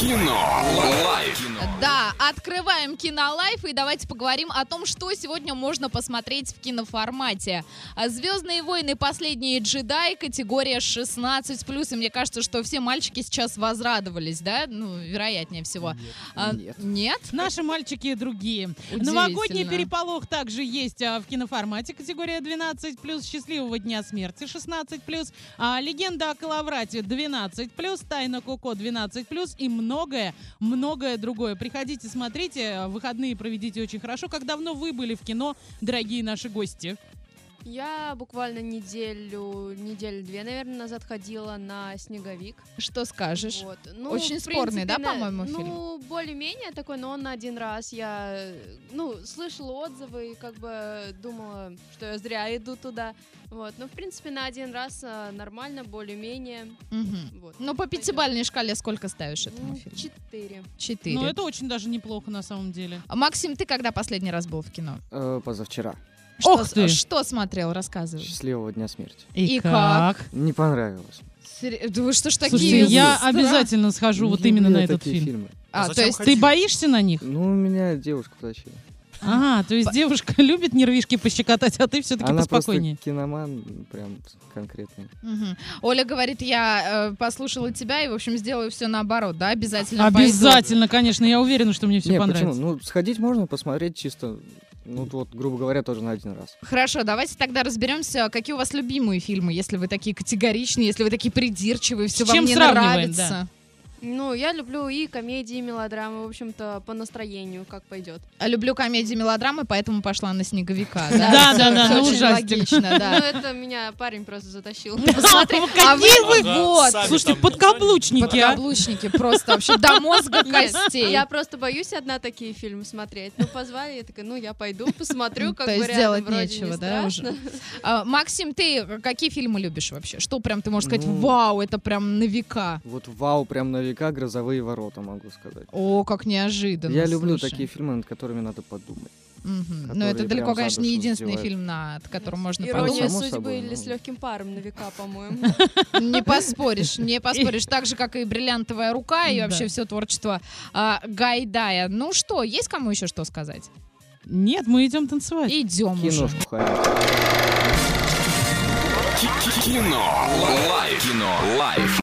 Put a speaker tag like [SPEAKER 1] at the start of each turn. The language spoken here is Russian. [SPEAKER 1] Кино. Лайф.
[SPEAKER 2] Да, открываем Кинолайф и давайте поговорим о том, что сегодня можно посмотреть в киноформате. А, «Звездные войны. Последние джедаи» категория 16+. И мне кажется, что все мальчики сейчас возрадовались, да? Ну, вероятнее всего. А,
[SPEAKER 3] нет.
[SPEAKER 2] нет?
[SPEAKER 4] Наши мальчики другие.
[SPEAKER 2] Удивительно.
[SPEAKER 4] Новогодний переполох также есть а, в киноформате. Категория 12 плюс счастливого дня смерти 16 плюс, а, легенда о Калаврате 12 плюс, тайна Коко 12 плюс и многое, многое другое. Приходите, смотрите, выходные проведите очень хорошо. Как давно вы были в кино, дорогие наши гости?
[SPEAKER 5] Я буквально неделю, неделю две, наверное, назад ходила на «Снеговик».
[SPEAKER 2] Что скажешь?
[SPEAKER 5] Вот. Ну,
[SPEAKER 2] Очень
[SPEAKER 5] в
[SPEAKER 2] спорный, да,
[SPEAKER 5] принципе, на-
[SPEAKER 2] по-моему,
[SPEAKER 5] Ну, более-менее такой, но он на один раз. Я, э, ну, слышала отзывы и как бы думала, что я зря иду туда. Вот, но, в принципе, на один раз э, нормально, более-менее.
[SPEAKER 2] Мгм.
[SPEAKER 5] Вот.
[SPEAKER 2] Ну, по пятибалльной шкале сколько ставишь этому
[SPEAKER 5] Ну,
[SPEAKER 2] фильму?
[SPEAKER 5] Четыре.
[SPEAKER 2] Четыре.
[SPEAKER 4] Ну, это очень даже неплохо на самом деле.
[SPEAKER 2] А, Максим, ты когда последний раз был в кино?
[SPEAKER 3] Э, позавчера.
[SPEAKER 2] Что,
[SPEAKER 4] Ох
[SPEAKER 2] с-
[SPEAKER 4] ты!
[SPEAKER 2] что смотрел? Рассказывай.
[SPEAKER 3] Счастливого дня смерти.
[SPEAKER 2] И как?
[SPEAKER 3] Не понравилось.
[SPEAKER 2] Сери- Да вы что ж такие?
[SPEAKER 4] Слушайте, я
[SPEAKER 2] стра-
[SPEAKER 4] обязательно схожу
[SPEAKER 3] Не
[SPEAKER 4] вот именно на
[SPEAKER 3] люблю
[SPEAKER 4] этот
[SPEAKER 3] такие
[SPEAKER 4] фильм.
[SPEAKER 3] фильмы.
[SPEAKER 2] А,
[SPEAKER 1] А
[SPEAKER 2] то есть
[SPEAKER 4] Ты боишься на них?
[SPEAKER 3] Ну, меня девушка потащила.
[SPEAKER 4] Ага, А, то есть девушка любит нервишки пощекотать, а ты все-таки
[SPEAKER 3] Она
[SPEAKER 4] поспокойнее.
[SPEAKER 3] просто киноман прям конкретный.
[SPEAKER 2] Мгм. Оля говорит, я э, послушала тебя и, в общем, сделаю все наоборот, да? Обязательно пойду.
[SPEAKER 4] Обязательно, конечно, я уверена, что мне все
[SPEAKER 3] Не, почему?
[SPEAKER 4] понравится.
[SPEAKER 3] Ну, сходить можно, посмотреть чисто, ну, вот, грубо говоря, тоже на один раз.
[SPEAKER 2] Хорошо, давайте тогда разберемся, какие у вас любимые фильмы, если вы такие категоричные, если вы такие придирчивые, все
[SPEAKER 4] С
[SPEAKER 2] вам
[SPEAKER 4] чем
[SPEAKER 2] не
[SPEAKER 4] сравниваем,
[SPEAKER 2] нравится.
[SPEAKER 5] Ну, я люблю и комедии, и мелодрамы, в общем-то, по настроению, как пойдет.
[SPEAKER 2] А Люблю комедии, мелодрамы, поэтому пошла на «Снеговика».
[SPEAKER 4] Да, да, да,
[SPEAKER 2] Всё
[SPEAKER 4] на
[SPEAKER 2] очень
[SPEAKER 4] ужастик.
[SPEAKER 2] логично,
[SPEAKER 5] Ну,
[SPEAKER 2] да.
[SPEAKER 5] это меня парень просто затащил.
[SPEAKER 2] Посмотри,
[SPEAKER 4] Ну,
[SPEAKER 2] а вы, вы
[SPEAKER 1] Ага,
[SPEAKER 2] вот,
[SPEAKER 1] сами
[SPEAKER 4] Слушайте,
[SPEAKER 1] там никто не-
[SPEAKER 4] подкаблучники, а?
[SPEAKER 2] подкаблучники просто вообще до мозга
[SPEAKER 5] Нет,
[SPEAKER 2] костей.
[SPEAKER 5] я просто боюсь одна такие фильмы смотреть. Ну, позвали, я такая, ну, я пойду, посмотрю, как
[SPEAKER 2] Ну, То
[SPEAKER 5] бы
[SPEAKER 2] есть
[SPEAKER 5] рядом
[SPEAKER 2] делать
[SPEAKER 5] вроде
[SPEAKER 2] нечего,
[SPEAKER 5] не
[SPEAKER 2] да, уже?
[SPEAKER 5] страшно.
[SPEAKER 2] А, Максим, ты какие фильмы любишь вообще? Что прям ты можешь сказать,
[SPEAKER 3] Ну,
[SPEAKER 2] вау, это прям на века?
[SPEAKER 3] Вот вау, прям на века грозовые ворота, могу сказать.
[SPEAKER 2] О, как неожиданно.
[SPEAKER 4] ну,
[SPEAKER 3] Я люблю
[SPEAKER 2] слушай.
[SPEAKER 3] такие фильмы, над которыми надо подумать.
[SPEAKER 2] Мгм. Но
[SPEAKER 3] которые
[SPEAKER 2] это
[SPEAKER 3] прям
[SPEAKER 2] далеко,
[SPEAKER 3] за
[SPEAKER 2] конечно, не
[SPEAKER 3] душу
[SPEAKER 2] единственный
[SPEAKER 3] задевают.
[SPEAKER 2] фильм, над которым можно
[SPEAKER 5] Ирония
[SPEAKER 3] Ну, само
[SPEAKER 5] судьбы
[SPEAKER 3] собой,
[SPEAKER 5] или
[SPEAKER 3] ну.
[SPEAKER 5] с легким паром на века, по-моему.
[SPEAKER 2] подумать. Не поспоришь, не поспоришь. Так же, как и «Бриллиантовая рука» и
[SPEAKER 4] Да.
[SPEAKER 2] вообще все творчество а, Гайдая. Ну что, есть кому еще что сказать?
[SPEAKER 4] Нет, мы идем танцевать.
[SPEAKER 2] Идем уже.
[SPEAKER 3] Киношку ходить.
[SPEAKER 1] Ки- ки- Кино. Лайф. Кино. Лайф.